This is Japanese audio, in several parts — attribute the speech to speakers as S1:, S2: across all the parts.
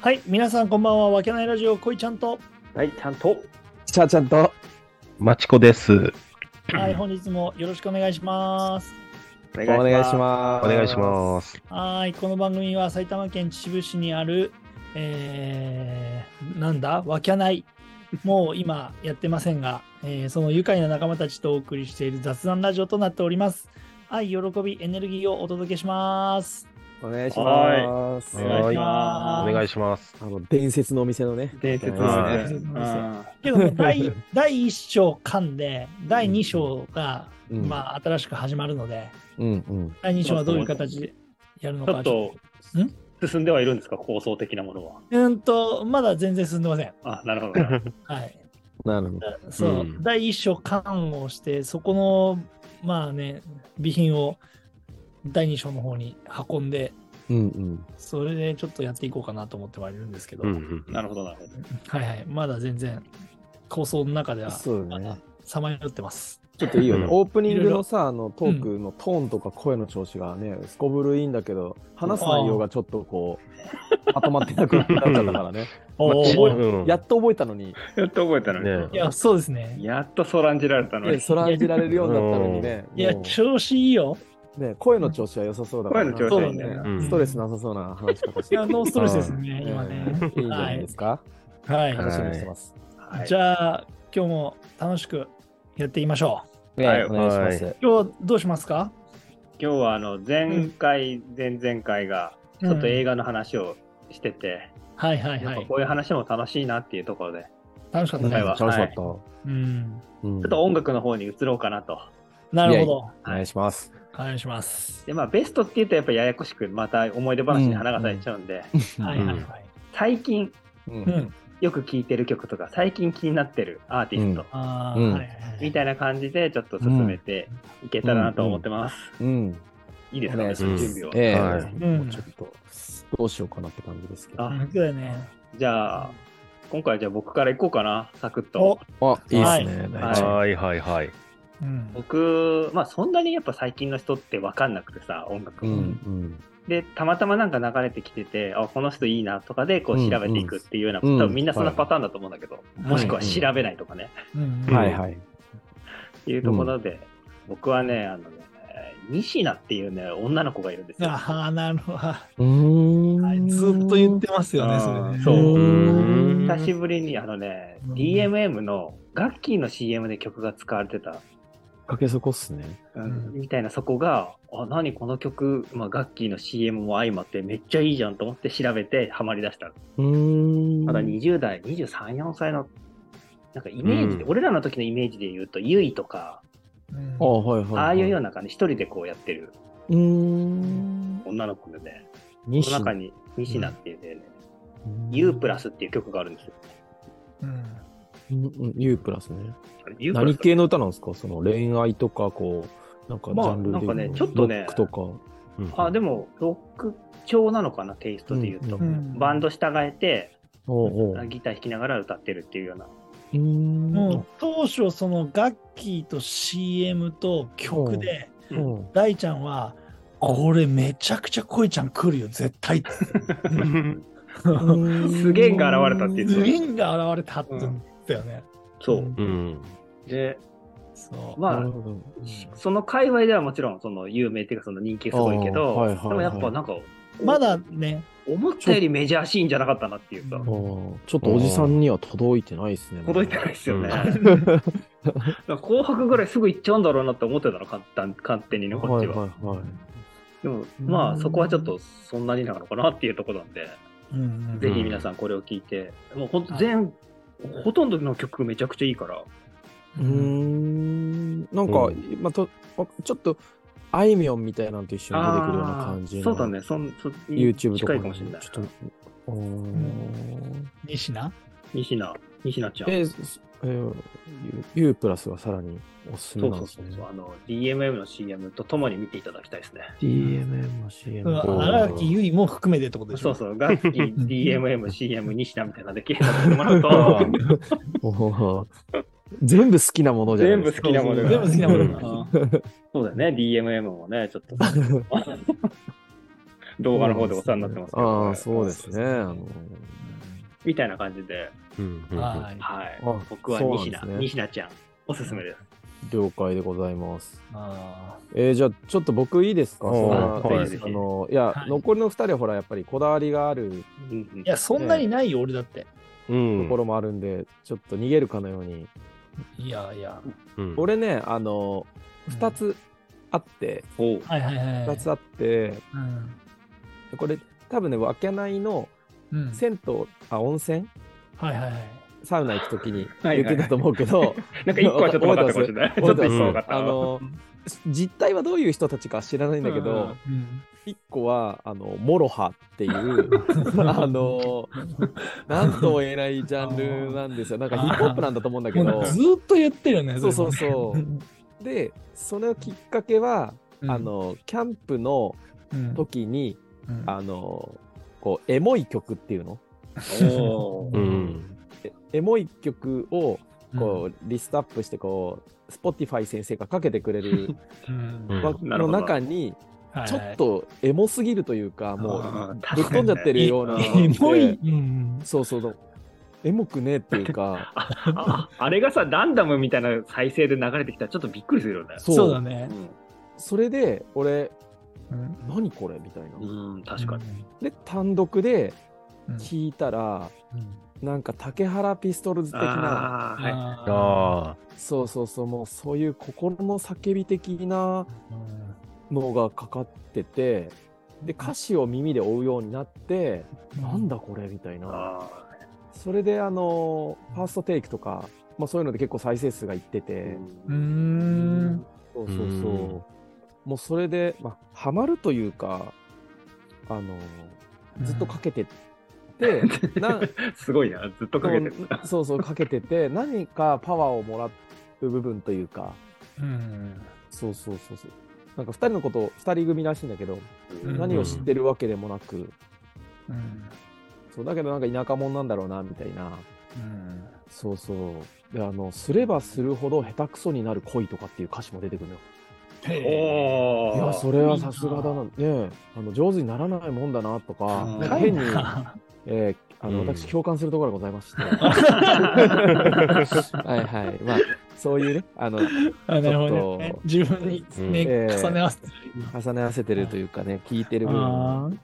S1: はい、皆さんこんばんは。わけないラジオ、こいちゃん と。
S2: はい、ちゃんと。
S3: ちゃちゃんと、
S4: マチコです。
S1: はい、本日もよろしくお願いします。
S2: お
S3: お願いします。
S4: お願いします。
S1: はい、この番組は埼玉県秩父市にある、えー、なんだ、わけない。もう今やってませんが、えーその愉快な仲間たちとお送りしている雑談ラジオとなっております。愛、喜び、エネルギーをお届けします。
S3: お願いします。
S1: お願いし
S4: お
S1: ます
S4: 願いします。
S3: あの伝説のお店のね、
S2: 伝説です
S4: はい
S2: ね。うん
S1: け どね、第第1章噛んで、第2章が、
S3: うん
S1: まあ、新しく始まるので、
S3: うんうん、
S1: 第2章はどういう形でやるの
S2: ち
S1: か
S2: ょっと進んではいるんですか、構想的なものは。
S1: うーんと、まだ全然進んでません。
S2: あ、なるほど。
S1: はい。
S3: なるほど。
S1: だそう、
S4: うん
S1: 第一章完をして、そこの、まあね、備品を第二章の方に運んで、
S3: うんうん、
S1: それでちょっとやっていこうかなと思ってはいるんですけど、
S4: うんうん
S2: なるほど、なるほど。
S1: はいはい、まだ全然構想の中では、
S3: そう
S1: ま
S3: だね
S1: だ。さまよってます。
S3: ちょっといいよね
S4: う。ん
S3: オープニングのさ、あのトークのトーンとか声の調子がね、すこぶるいいんだけど、話す内容がちょっとこう、まとまってなくなっちゃったからね。
S4: ま
S1: お
S4: あち
S1: ー
S4: うん
S3: やっと覚えたのに、
S2: やっと覚えたの
S4: ね
S1: い
S2: に。
S1: や、そうですね。
S2: やっとそらんじられたの
S3: ね
S2: に。
S3: そらじられるようになったのにね、
S1: いや、
S3: もう
S1: 調子いいよ。
S3: ね声の調子は良さそうだから
S2: 声
S3: な
S2: の調子はいいんだよ
S4: う
S2: な。
S4: ん
S3: ストレスなさそうな話し方し
S1: い
S3: て
S1: や、
S3: る。
S1: ノーストレスですね、
S3: うん
S1: 今ね。
S3: いいんじゃないですか。
S1: はい。
S3: 楽しみにしてます。
S2: はい
S1: じゃあ、今日も楽しくやっていきましょう。
S2: いはい
S3: ねお願いします。
S1: 今日どうしますか
S2: 今日は、あの、前回、前々回が、ちょっと
S1: うん
S2: 映画の話をしてて、
S1: はいはい
S2: やっ
S1: は
S2: ぱ
S1: い
S2: こ。ういう話も楽しいなっていうところで、
S1: 楽しかった
S3: うん
S1: ね。
S3: 楽しかった。
S1: うん。
S3: うん
S2: ちょっと音楽の方に移ろうかなと。
S1: なるほど。
S3: お願いします。
S1: お願いします。
S2: で、まあ、ベストって言うと、やっぱややこしく、また思い出話に花が咲いちゃうんで、
S1: はいはいはい。
S2: 最近、
S3: う
S1: うんん。
S2: よく聴いてる曲とか、最近気になってるアーティスト。
S3: うん
S1: ああ、
S3: う
S1: は
S3: ん
S1: いはいはい。
S2: みたいな感じでちょっと進めていけたらなと思ってます。
S3: うん。
S2: いいです
S3: お
S2: か、
S3: 願い
S2: ね、
S3: し
S2: 準
S3: ます
S2: 備を。。
S3: ええ
S4: はい
S3: もうちょっと、どうしようかなって感じですけど。
S2: あ
S1: 楽だよね。
S2: じゃあ、今回じゃあ僕から行こうかな、サクッ
S1: お
S2: と。、
S3: あ、いいです
S1: は
S3: ね。
S2: は
S3: 大
S2: い
S3: 丈夫
S4: はいはいはい。
S1: うん。
S2: 僕、まあそんなにやっぱ最近の人って分かんなくてさ、音楽
S3: う
S2: を。
S3: んうん。
S2: で、たまたまなんか流れてきてて、あ、この人いいなとかでこ
S3: う
S2: うん調べていくっていうような、
S3: うん
S2: 多分みんなそんなパターンだと思うんだけど、
S1: ん
S2: もしくは調べないとかね、
S1: うん
S4: ん
S3: はいはい。
S2: いうところで、僕はね、あのね、西名っていうね、女の子がいるんですよ。
S1: ああ、なるほど。は
S3: うーん
S1: いずっと言ってますよね、
S2: あ
S1: それ
S2: ー
S1: ね。
S2: そう
S3: う
S4: ーん
S2: 久しぶりにあのね、
S1: うん
S2: DMM のガッキーの CM で曲が使われてた、
S3: かけそこっすね。
S2: うんみたいなそこが、あ、何この曲、まあ、ガッキーの CM も相まってめっちゃいいじゃんと思って調べてハマりだした。
S3: うーん。
S2: まだ20代、23、4歳の、なんかイメージで、
S4: うん
S2: 俺らの時のイメージで言うと、ゆいとか、
S1: うん
S3: あ、はいはいはい。
S2: ああいうような感じ、一人でこうやってる
S3: うーん。
S2: 女の子でね、
S3: 西
S2: その中に西名っていうね、U プラスっていう曲があるんですよ。
S1: うん
S3: うんうん、U プラスね。
S2: あれ U プラス
S3: 何系の歌なんですかその恋愛とか、こう、なんかジ
S2: まあ
S3: ャンルで言うと。
S2: なんかねちょっとね
S3: ロックとか。
S2: あ、で
S4: も、
S2: も、ロック調なのかな、テイストで言うと。
S3: うん
S2: バンド従えて、
S3: おうおう。
S2: ギター弾きながら歌ってるっていうような。
S3: うーん
S1: もう当初、そのガッキーと CM と曲で、
S3: うん
S1: 大ちゃんは、これめちゃくちゃ恋ちゃん来るよ、絶対って。
S2: すげえんが現れたって言って
S1: ズインが現れたって言ったよね。
S2: そう。
S4: うん。
S2: で、
S1: そう。
S2: まあ
S3: なるほど
S2: その界隈ではもちろん、その有名っていうか、その人気すごいけど、
S3: あーはいはいはい
S2: でもやっぱなんか、
S1: まだね、
S2: 思ったよりメジャーシーンじゃなかったなっていうか、
S1: う
S3: あーちょっとおじさんには届いてないですね。
S2: 届いて ないですよね。
S4: うん
S2: だから紅白ぐらいすぐ行っちゃうんだろうなって思ってたの、簡単勝手にね、こっ
S3: は
S2: ち
S3: い
S2: は。
S3: はいはい。
S2: でも、まあ、そこはちょっとそんなになのかなっていうところなんで、
S1: うん
S2: ぜひ皆さんこれを聞いて、もうほんと全、ほとんどの曲めちゃくちゃいいから、
S3: うーん、なんか、
S4: う
S3: まあと、ちょっと、あいみょんみたいなのと一緒に出てくるような感じ
S2: あー
S3: の。
S2: そうだね、そんそ
S3: YouTube とか
S2: 近
S3: に
S2: いかもしれない。
S3: ちょっと、おー
S1: 西名
S2: 西名、西名ちゃん。
S3: えー、すえー、U U プラスがさらにおすす
S2: そ
S3: め
S2: う
S3: な
S2: そ
S3: ん
S2: う
S3: ですね
S2: そう。そう、あの、DMM の CM とともに見ていただきたいですね。
S3: DMM の CM。
S4: ん
S1: 荒木結衣も含めてってことでし
S2: そ
S1: ょ
S2: うそう、楽器、DMM、CM、西名みたいなので検索してもらうと、
S3: おー 全部好きなものじゃない
S2: 全
S3: で
S2: 部
S3: す
S2: 好
S3: か。
S2: きなものが。
S1: 全部好きなもの
S2: うんそうだよね、DMM もね、ちょっと。動画の方でお世話になってますけど、
S3: ああ、そうですね。あの
S2: みたいな感じで、
S4: うんうんうん
S1: はい。
S2: はい
S3: あ。
S2: 僕は
S3: そうなんで
S2: 西名、
S3: すね
S2: 西名ちゃん、おすすめです。
S3: 了解でございます。
S1: あ
S3: えー、じゃあちょっと僕いいですか
S4: おー
S3: そんな
S2: はい
S3: あのいや、
S1: はい
S3: 残りの2人はほらやっぱりこだわりがある
S2: うんうん
S1: ーいや、そんなにないよ、俺だって。
S4: うん
S3: ところもあるんで、ちょっと逃げるかのように
S1: いやいや。
S4: うん
S3: 俺ねあの2つあって、
S2: おう
S1: はいはいはい。
S3: 2つあって
S1: うん。
S3: これ多分ねわけないの
S1: うん。
S3: 銭湯あ温泉
S1: はいはいはい。
S3: サウナ行く時に
S2: はいは
S3: 言
S2: い
S3: ってたと思うけど、
S2: なんか一個はちょっと分かったかもしれない。ちょっと一個分かった。
S3: あの実態はどういう人たちか知らないんだけど、
S1: うん。
S3: 一個はあのモロハっていうあのなんとも言えないジャンルなんですよなんかヒップホップなんだと思うんだけ
S1: も
S3: ど
S1: うずーっと言ってるよね。
S3: そうそう
S1: れ
S3: そ
S1: もね。
S3: うでそのきっかけは、
S1: うん
S3: あ、のキャンプの
S1: うん
S3: 時に、
S1: うん
S3: あのこうエモい曲っていうの
S2: おー
S4: うん
S3: えエモい曲をこう、リストアップしてこう Spotify 先生がかけてくれる
S1: うん
S4: うん
S3: わ
S2: な
S3: の
S2: るほど
S3: 中に
S1: はい
S3: ちょっとエモすぎるというかもう
S2: あー
S3: ぶっ飛んじゃってるような
S2: 確かに
S1: エ
S2: ね
S1: モい。うん。
S3: そうそうそう。エモくねえっていうか、
S2: ああれがさ、ランダムみたいな再生で流れてきたらちょっとびっくりするよね。
S3: そう
S1: そうだね。
S3: それで、俺、
S1: うん
S3: 何これみたいな
S2: う。ん、うん確かに。。
S3: で、単独で
S1: うん
S3: 聞いたら、
S1: うん
S3: なんか竹原ピストルズ的な、
S2: ああ、はい。
S4: あ
S3: そうそうそう、もうそういう心の叫び的な
S1: うん
S3: のがかかってて、で、歌詞を耳で追うようになって、なんだこれみたいな。
S2: あ
S3: それで、あの、ファーストテイクとか、まあそういうので結構再生数がいってて、
S2: ー
S1: うーん。
S3: そうそうそう
S4: うん。
S3: もうそれで、まあ、ハマるというか、あの、ずっとかけてて、な
S2: すごいな、ずっとかけてる。
S3: そうそう、かけてて、何かパワーをもらう部分というか、
S1: うん。
S3: そうそうそうそう。なんか2人のこと、2人組らしいんだけど、
S1: うん
S3: 何を知ってるわけでもなく、
S1: うん。
S3: そうだけどなんか田舎者なんだろうな、みたいな。
S1: うん
S3: そうそう。で、あの、すればするほど下手くそになる恋とかっていう歌詞も出てくるのよ。
S1: へ
S2: お
S3: い
S2: ー
S3: や、それはさすがだな。ねえあの、上手にならないもんだな、とか、
S2: うん
S3: なんか
S1: ー
S3: 変に、
S1: な
S3: えーあの、
S4: うん
S3: 私共感するところがございま して。はいはい。まあ、そういうね、あの、
S1: あなるほどね。自分にね
S3: うん
S1: 重ね合わせて
S3: 重ね合わせてるというかね、聞いてる
S1: る。
S3: 部分
S1: あー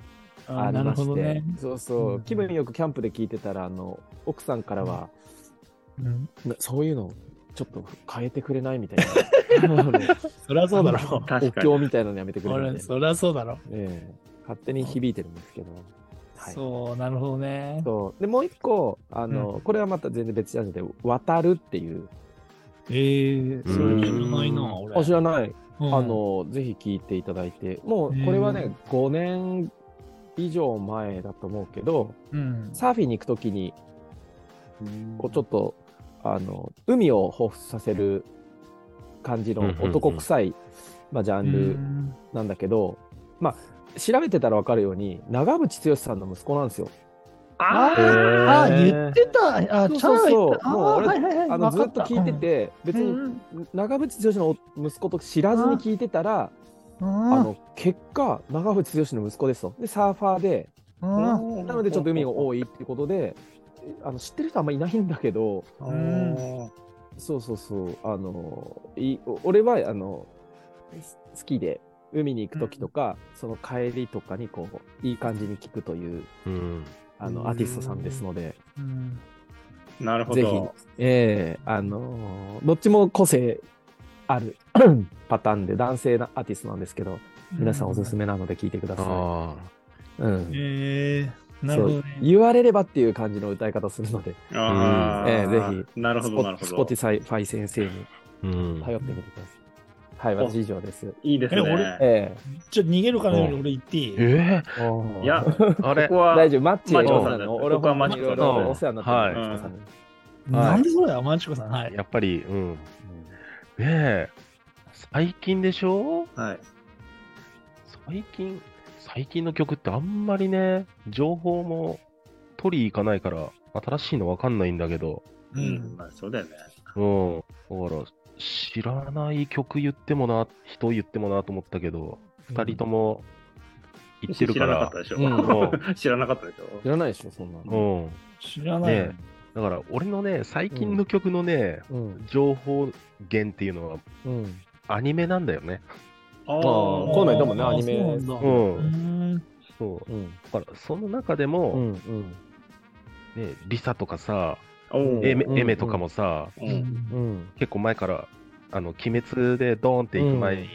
S1: あ
S3: あ
S1: ー、なる
S3: りま
S1: ほ
S3: し
S1: ど
S3: て、
S1: ね。
S3: そうそう、
S1: うん
S3: 気分よくキャンプで聞いてたら、あの、奥さんからは、
S1: うん
S3: なそういうの、ちょっと変えてくれないみたいな。
S1: そりゃそうだろ
S3: お
S2: 確かに。
S3: 経みたいなのやめてく
S1: う。
S3: れない
S1: 俺、そりゃそうだろ
S3: ええ勝手に響いてるんですけど。は
S1: う。
S3: い。
S1: そう、なるほどね。
S3: そうで、もう一個、あの、これはまた全然別ジャンルで、渡るっていう。
S1: ええ、それ知らないな、俺。
S3: あ、知らない。
S1: うん
S3: あ、の、ぜひ聞いていただいて、もうこれはね、5年以上前だと思うけど、
S1: うん。
S3: サーフィンに行くときに、こうちょっと、あの、海を彷彿させる感じの
S4: うんうんうん
S3: 男臭い、まあ、ジャンルなんだけど、まあ、調べてたらわかるように、長渕剛さんの息子なんですよ。
S2: あ
S4: へ
S2: ー
S4: ー
S1: あ、言ってた。あ、
S3: そう
S1: チャ
S3: そう
S1: ー言
S3: そう
S1: ってた。
S3: もう俺
S1: はいはいはい
S3: あの、ずっと聞いて。て、別
S1: わかった
S3: に長渕剛の息子と知らずに聞いてたら、
S1: うん
S3: あの、結果、長渕剛の息子ですと。で、サーファーで、
S1: うんうん
S3: なのでちょっと海が多いっていうことで、あの知ってる人あんまいないんだけど、
S1: うん
S3: そうそうそう、あの、いお俺はあのす好きで、海に行くときとか、その帰りとかにこう、いい感じに聞くという、
S4: うん
S3: あ
S2: うん
S3: の、アーティストさんですので、
S1: うん
S2: なるほ
S3: ぜひ
S2: ど。、
S3: ええあの、どっちも個性ある パターンで、男性なアーティストなんですけど、皆さんおすすめなので聞いてくださ
S4: ああ
S3: い。うん。
S1: えー、なるほど
S3: そう
S1: ね。
S3: 言われればっていう感じの歌い方するので、
S2: あ
S3: うんええ
S2: ー
S3: ぜ
S2: なるほ
S3: ス
S2: ど、
S3: ポ
S2: なるほ
S3: ス
S2: ど
S3: ポ。ティサイファイ先生に。
S4: うん
S3: 頼ってみてください。はい、
S2: お
S3: 私以上です。
S2: いいです
S1: え
S2: ね。
S3: え
S1: ちょっと逃げるかのように俺言っていい
S4: え
S3: え
S2: いや、こ
S4: ーあれ
S2: こは、
S3: 大丈夫、マッチ
S2: マ
S3: は
S2: ッチ
S3: 上手
S2: ョさ
S3: なん
S2: だ
S3: の。俺
S2: ここはマッチ
S3: い
S2: ョさ
S3: ろ
S2: ん
S3: い
S2: だ
S3: ろお世話になって
S4: はい
S3: マッチョさんに
S1: なんでそうだよ、マンチコさん。はい。
S4: やっぱりうんねえ最近でしょ
S2: はい。
S4: 最近最近の曲ってあんまりね情報も取りいかないから新しいのわかんないんだけど
S1: う
S2: う、
S1: んん
S2: まあそうだよね。
S4: うんだから知らない曲言ってもな人言ってもなと思ったけど2人とも行ってる
S2: 知
S4: から
S2: なか
S4: ら
S2: った。でしょ。
S3: うん
S2: 知らなかったでしょ
S3: 知。らないでしょ、そんな
S4: う
S3: の。
S4: ん。
S1: 知らない。
S4: ねだから俺のね、最近の曲のね、
S3: うん。
S4: 情報源っていうのは
S3: うん。
S4: アニメなんだよね。
S2: ああ
S3: あーこうないだもんね、
S1: あー
S3: アニメ。
S1: そう
S4: う。
S1: うんーん
S4: そう
S3: う。ん。
S4: だからその中で
S3: う
S4: も、
S3: ん。うん。
S4: ね、リサとかさ、
S2: おー
S4: エメ
S3: うん
S4: エメとかもさ、
S2: う
S1: うんん
S3: うん。
S4: 結構前から、あの、鬼滅でドーンって行く前に、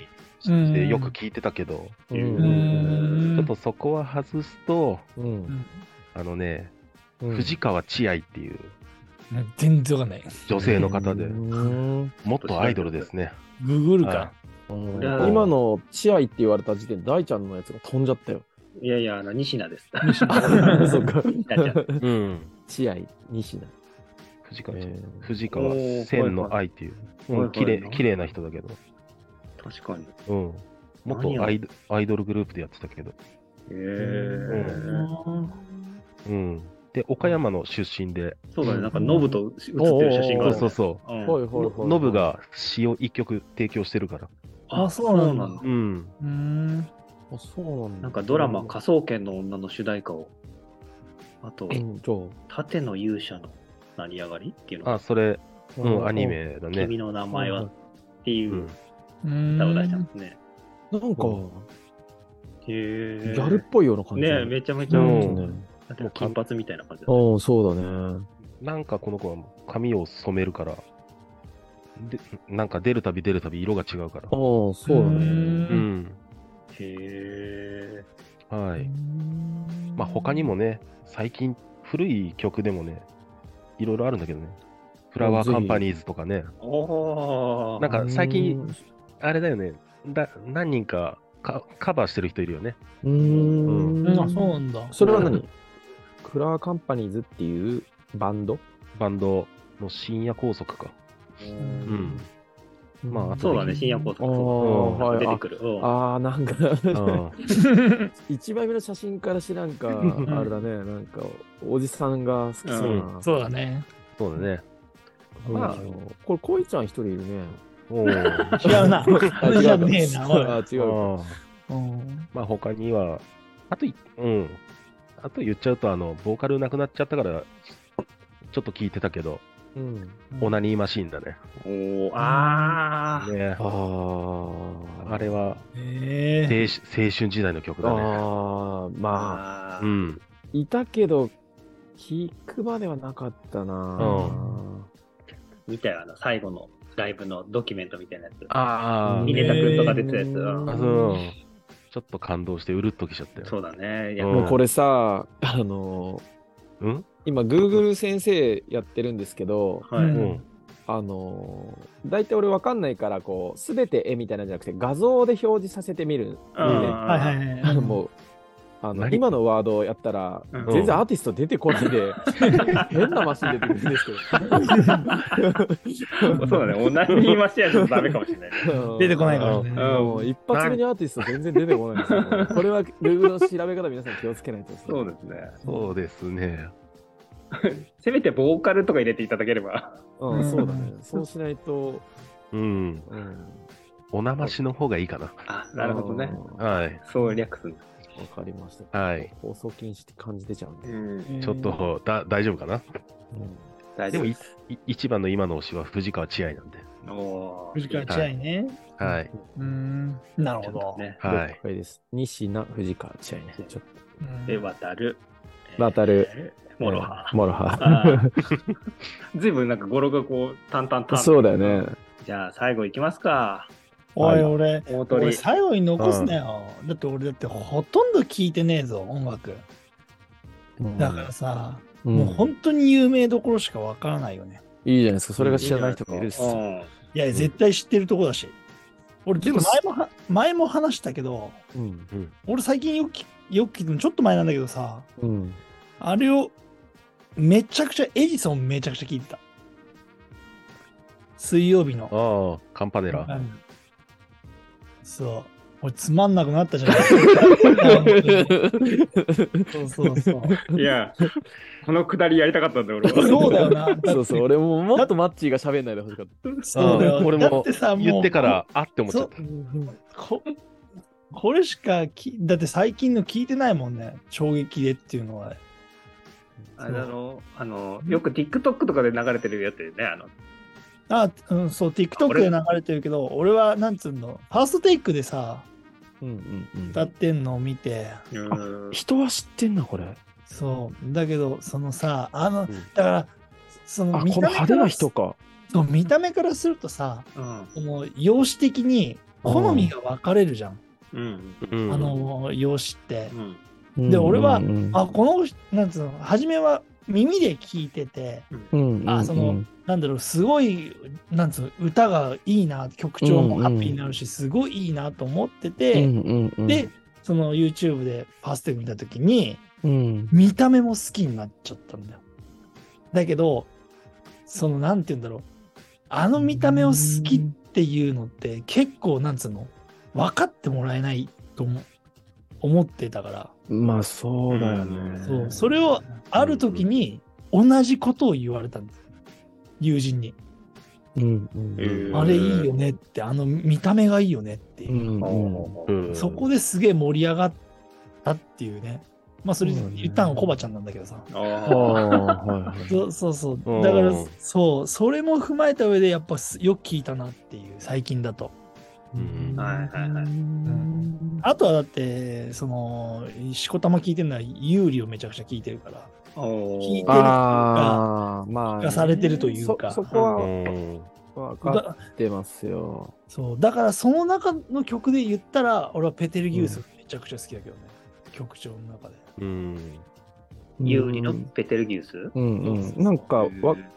S1: うん
S4: でよく聞いてたけど、
S3: う。
S1: うんーん
S4: ちょっとそこは外すと、
S3: うん。
S4: あのね、
S3: うん
S4: 藤川千愛っていう
S1: うん全然わかんない。
S4: 女性の方で、
S3: うん
S4: 元アイドルですね。
S1: ググる
S4: は
S1: か。
S2: りゃ
S3: 今の、チアイって言われた時点で、大ちゃんのやつが飛んじゃったよ。
S2: いやいや、あの、西名です。
S3: そっか。
S2: なっちゃっ
S4: うん。
S3: チアイ、西田。
S4: 藤川千愛
S3: えー
S4: 藤川
S2: おー
S4: 千の愛っていう、
S2: はいはい
S4: うん綺麗
S2: はいはい
S4: 綺麗な人だけど、
S2: 確かに。
S4: うん、
S2: 何
S4: 元
S2: を
S4: アイドアイドルグループでやってたけど、
S2: へ
S4: う
S2: え。
S4: うん、で岡山の出身で、
S2: そうだね、なんか、ノブと写ってる写真があ
S4: そ
S2: る
S4: うそ
S2: ね。
S4: うそ、
S2: うん
S3: はいはいうはい。
S4: ノブ。が詩を一曲提供してるから、
S1: あそうなんだ
S4: う。ん、
S1: うーん。
S3: あ、そうなんだ。
S2: なんかドラマ「科捜研の女」の主題歌をあと
S3: うん。じ
S2: 「盾の勇者の成り上がり」っていうの
S4: あ
S2: が
S4: それ、
S3: ゃあ
S4: うん、アニ。メだ
S2: 「
S4: ね
S2: 君。の名前は」って
S4: う、
S2: いうん
S1: うーん
S2: 歌を出したんですね
S3: なんか、
S2: へ
S3: ギ
S2: え
S3: ャルっぽいような感じ。
S2: ねえめちゃめちゃ
S4: うん
S2: だって金髪みたいな感じだね
S3: うん、そうだね。
S4: なんかこの子は髪を染めるから、でなんか出るたび出るたび色が違うから
S3: ああ、。そうだね。
S4: う。ん、
S2: へえ
S4: は
S1: うー
S4: い。
S1: ん
S4: まあ他にもね、最近古い曲でもね、いろいろあるんだけどね。フラワーカンパニーズとかね。
S2: ああ
S4: なんか最近、あれだよね。だ何人かかカバーしてる人いるよね。
S3: う。
S1: うんんあ、そうなんだ。
S3: それは何クラーカンパニーズっていうバンド
S4: バンドの深夜拘束か。うん。まあ
S2: そうだね深夜高
S3: ああ、
S2: 速
S4: う
S3: は
S2: 出
S3: い
S2: て。くるうん
S3: ああー、なん
S4: う
S3: か、
S4: ん、
S3: 一枚目の写真からしてなん か、あれだね、なんか、おじさんが好きそうな。
S1: そうだね。
S4: そうだね。
S3: うん
S4: まあ
S3: これ、こいちゃん一人いるね。
S4: おー
S1: 違うな。
S3: あ違う
S1: じゃ
S3: か
S1: ねえな おい
S3: あ違うか。
S4: あー
S1: うん
S4: まあ他には、あとい、うん。あと言っちゃうと、あの、ボーカルなくなっちゃったから、ちょっと聞いてたけど、
S3: うん。
S4: オナニーマシーンだね。
S2: おおああ
S4: ね
S3: ああ
S4: あれは青
S1: え
S4: 春青春時代の曲だね。
S3: ああ、まあ。
S2: あ
S4: う
S2: ー
S4: ん。
S3: いたけど、聞くまではなかったなぁ。
S2: 見たよあの最後のライブのドキュメントみたいなやつ
S4: ああ、
S2: ミネタ君とか出てたやつうん
S4: あそう。ちょっと感動してうるっときちゃったよ。
S2: そうだねいや
S4: うん
S3: もうこれさ、あのー、
S4: うん
S3: 今、Google 先生やってるんですけど、
S2: は
S1: う
S4: うんん。
S3: あのー、大体俺わかんないから、こう、すべて絵みたいなんじゃなくて、画像で表示させてみる。
S1: ー。はいはいはい。。
S3: もう、あの、
S4: 何
S3: 今のワードをやったら、
S2: うん
S3: 全然アーティスト出てこない で、変なマシン出てくるんですけ
S2: そうだね、同じ言いましやるとダメかもしれない。
S3: ど
S1: 出てこないからね。
S2: うん
S3: もう一発目にアーティスト全然出てこないんですよ。これは Google の調べ方皆さん気をつけないと。
S2: そうですね。
S4: そうですね。
S2: せめてボーカルとか入れていただければ。
S3: うん、そうだね。そうしないと。
S4: うん。
S3: うん、
S4: おなましの方がいいかな。
S2: あ、なるほどね。
S3: うんわ
S4: はい。
S2: そう略すんだ。
S3: かりました。
S4: はい。
S3: 放送禁止って感じ出ちゃうんで。
S2: ん、
S4: ちょっと、だ大丈夫かな。
S2: 大
S4: で
S2: 丈
S4: も、
S2: 夫
S4: いい一番の今の推しは藤川千愛なんで。
S2: おー
S1: 藤川千愛ね。
S4: はい。
S1: うーん。なるほど。
S2: ね。
S4: は
S3: 了
S4: い。
S3: 解です。西名藤川千愛ね。ちょっ
S1: うん
S2: で、渡る。
S3: 渡る
S2: えー。
S3: と。
S2: モロハ。
S3: モロ
S2: あ
S3: ハ。
S2: ーずいぶんなんか語呂がこう、淡々と。
S3: そうだよね。
S2: じゃあ、最後いきますか。
S1: おい、俺、
S2: 大鳥。
S1: 俺最後に残すなよ。だって俺だってほとんど聞いてねえぞ、音楽。だからさ、
S3: うん
S1: もう本当に有名どころしかわからないよね。
S3: いいじゃないですか。それが知らない人がいるっすよ。
S2: うん
S1: いや、絶対知ってるとこだし。俺、で
S3: で
S1: も
S3: も
S1: 前もは、前も話したけど、
S3: うん。
S1: 俺最近よく聞、よく聞くの、ちょっと前なんだけどさ、
S3: うん。
S1: あれを、めちゃくちゃ、エジソンめちゃくちゃ聞いてた。水曜日の。
S4: ああ、カンパネ
S1: う
S4: ラ。
S1: んそう。俺つまんなく なったじゃないですかそ うそうそう。
S2: いや、このくだりやりたかったんだよ、俺は。
S1: そうだよな。
S3: そうそう。俺ももっとマッチーが喋んないでほしかった。
S1: そうだよ。
S4: 俺も
S1: だってさ、もう
S4: 言ってから、あって思っちゃ
S1: そ
S4: っ
S1: ここれしかき、だって最近の聞いてないもんね。衝撃でっていうのは。
S2: あれだろあの、よく TikTok とかで流れてるやつだよね。あの、
S1: あ、うん、そう、TikTok で流れてるけど、俺は、なんつうの、ファーストテイクでさ、
S3: うんうんうん。
S1: 歌ってんのを見て、
S2: うーん
S4: 人は知ってんな、これ。
S1: そう、だけど、そのさ、あの、
S4: うん
S1: だから、その
S4: あ、この
S1: 見た目
S4: 派手
S1: か
S4: な
S1: ら
S4: 人か。
S1: そう見た目からするとさ、
S2: うん。
S1: この容姿的に好みが分かれるじゃん、
S2: うん。
S4: うん
S1: あ、の容姿って
S2: う。ん。
S1: で俺は
S3: うんうんうん
S1: あ、この、なんつうの、初めは耳で聞いてて、
S3: うんうん
S1: あその
S3: うん
S1: なんだろう、すごい、なんつうの、歌がいいな、曲調もハッピーになるし、すごいいいなと思って
S3: う
S1: て、
S3: んうんうん
S1: で、、その YouTube でファーストテイク見たときに、
S3: うん
S1: 見た目も好きになっちゃったんだよ。だけど、その、なんて言うんだろう、あの見た目を好きっていうのって、結構、なんつうの、分かってもらえないと思思ってたから、
S3: まあそうだよね。
S1: そうそれをある時に同じことを言われたんです。友人に。
S3: うんうん
S2: えー
S1: あれいいよねって、あの見た目がいいよねって
S3: う
S1: いう、
S3: んうん
S4: うん
S1: そこですげえ盛り上がったっていうね。まあそれ
S3: そうだね
S1: 言ったのコバちゃんなんだけどさ。
S2: あ
S3: あ
S2: あ。
S3: あはいはい
S1: そうそうそうう。
S4: ん
S1: だから、そう、それも踏まえた上で、やっぱすよく聞いたなっていう、最近だと。
S4: うん
S2: はいはいはい
S1: んあとはだって、その、しこたま聞いてるのは、有利をめちゃくちゃ聞いてるから、
S2: お
S1: 聞いてる
S2: ー
S3: ああ、まあ、
S1: 聞かされてるというか
S3: そそこは
S4: うん
S3: 分かってますよ。
S1: そう、だからその中の曲で言ったら、俺はペテルギウスめちゃくちゃ好きだけどね、曲調の中で。
S4: うん。
S2: 有利のペテルギウス
S3: うんうん。なんかわ、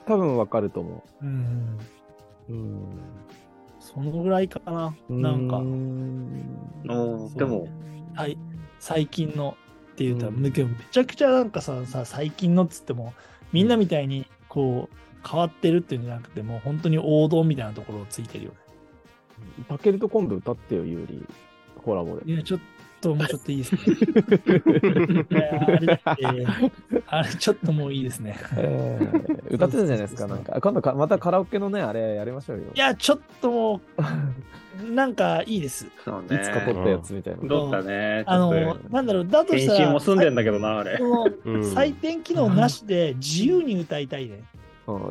S3: 多分分かると思
S1: うん、
S3: う。うん。
S1: そのぐらいかな、なんか
S3: う。ん
S2: おーでも、
S1: はい、最近のって言ったら、
S3: うん
S1: でもめちゃくちゃなんかささ最近のっつってもみんなみたいにこう変わってるっていうんじゃなくてもう本当に王道みたいなところをついてるよね
S3: タケルと今度歌ってよ、ユーリ。コラボで。
S1: いやちょっともうちょっといいですね いやあれだってあれちょっともういいですね
S3: えー歌ってたじゃないですか、なんか。今度か、またカラオケのね、あれやりましょうよ。
S1: いやちょっともうなんかいいです
S2: そうね。
S3: いつか撮ったやつみたいな。
S2: どうだね。
S1: あ
S2: ちょ
S1: の
S2: っと
S1: なんだろうだとし
S2: 編
S1: た
S2: 集
S1: ら
S2: も済んでんだけどな、あれ。
S1: その
S4: うん
S1: 採点機能なしで自由に歌いたいね、
S3: うん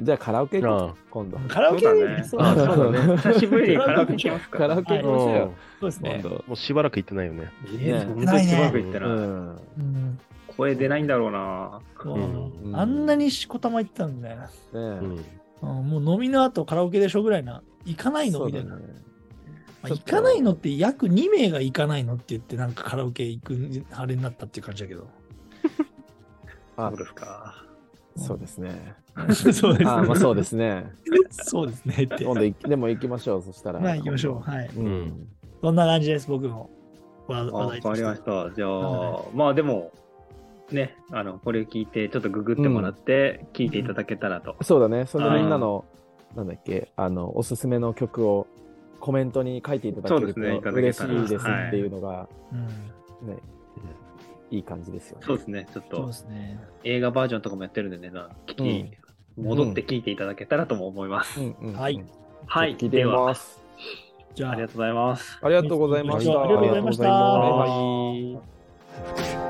S3: じゃあカラオケ行こうか今度。
S1: カラオケ
S2: そうだね
S1: そう
S3: あ
S1: そう
S3: そうだね
S2: 久しぶりにカラオケ行きますか。
S3: カラオケ
S1: はい
S3: 行き
S4: うん
S3: ましょうよ。
S1: そうです
S3: 今
S1: ね、
S3: 度。
S4: もうしばらく行ってないよね。
S2: えー、
S3: ね
S2: 本当にしばらく行って
S3: う
S2: ない。
S3: ん。
S1: うん
S2: 声出ないんだろうな。
S1: そう
S4: うん
S1: あんなにしこたま行ってたんだよね、
S3: ね
S1: うんもう飲みの後カラオケでしょぐらいな行か
S3: え
S1: ないの
S3: そう
S1: み
S3: だ
S1: たい
S3: ね
S1: な、まあ
S3: ちょっ
S1: 行
S3: と
S1: かないのって約2名が行かないのって言ってなんかカラオケ行くあれになったっていう感じだけど
S3: あ
S2: そうですか。
S3: そうですね。
S1: そうです
S3: あまあそうですね。
S1: そう ですねって
S3: 今度い、でも行きましょう、そしたら。
S1: まあ行きましょうはい
S3: 今度。うん。
S1: そんな感じです僕もわ
S2: あわ
S1: 話題
S2: か
S1: とし
S2: り
S1: て
S2: ました。じゃあ
S1: は、
S2: まあでも、ね、あの、これ聞いて、ちょっとググってもらって、聞いていただけたらと。
S3: そうだね。そんでみんなの、なんだっけ、あの、おすすめの曲をコメントに書いていただける
S2: そうですねい
S3: と
S2: ただけ
S3: 嬉
S2: た
S3: し
S2: ら
S3: いですっていうのが、
S1: うん
S3: ね、いい感じですよね。
S2: そうですね、ちょっ
S1: そう
S2: と
S1: で、すね
S2: 映画バージョンとかもやってるんでね、聞き、戻って聞いていただけたらとも思います。
S3: うんうんうん
S1: はい。
S2: はい、
S3: 聞いて
S2: では、
S3: ます。
S1: じゃ
S2: あ
S1: あ
S2: りがとうございます。
S3: ありがとうございました。
S1: ありがとうございました
S3: ありがとうございます
S2: バイバイ。
S1: バイ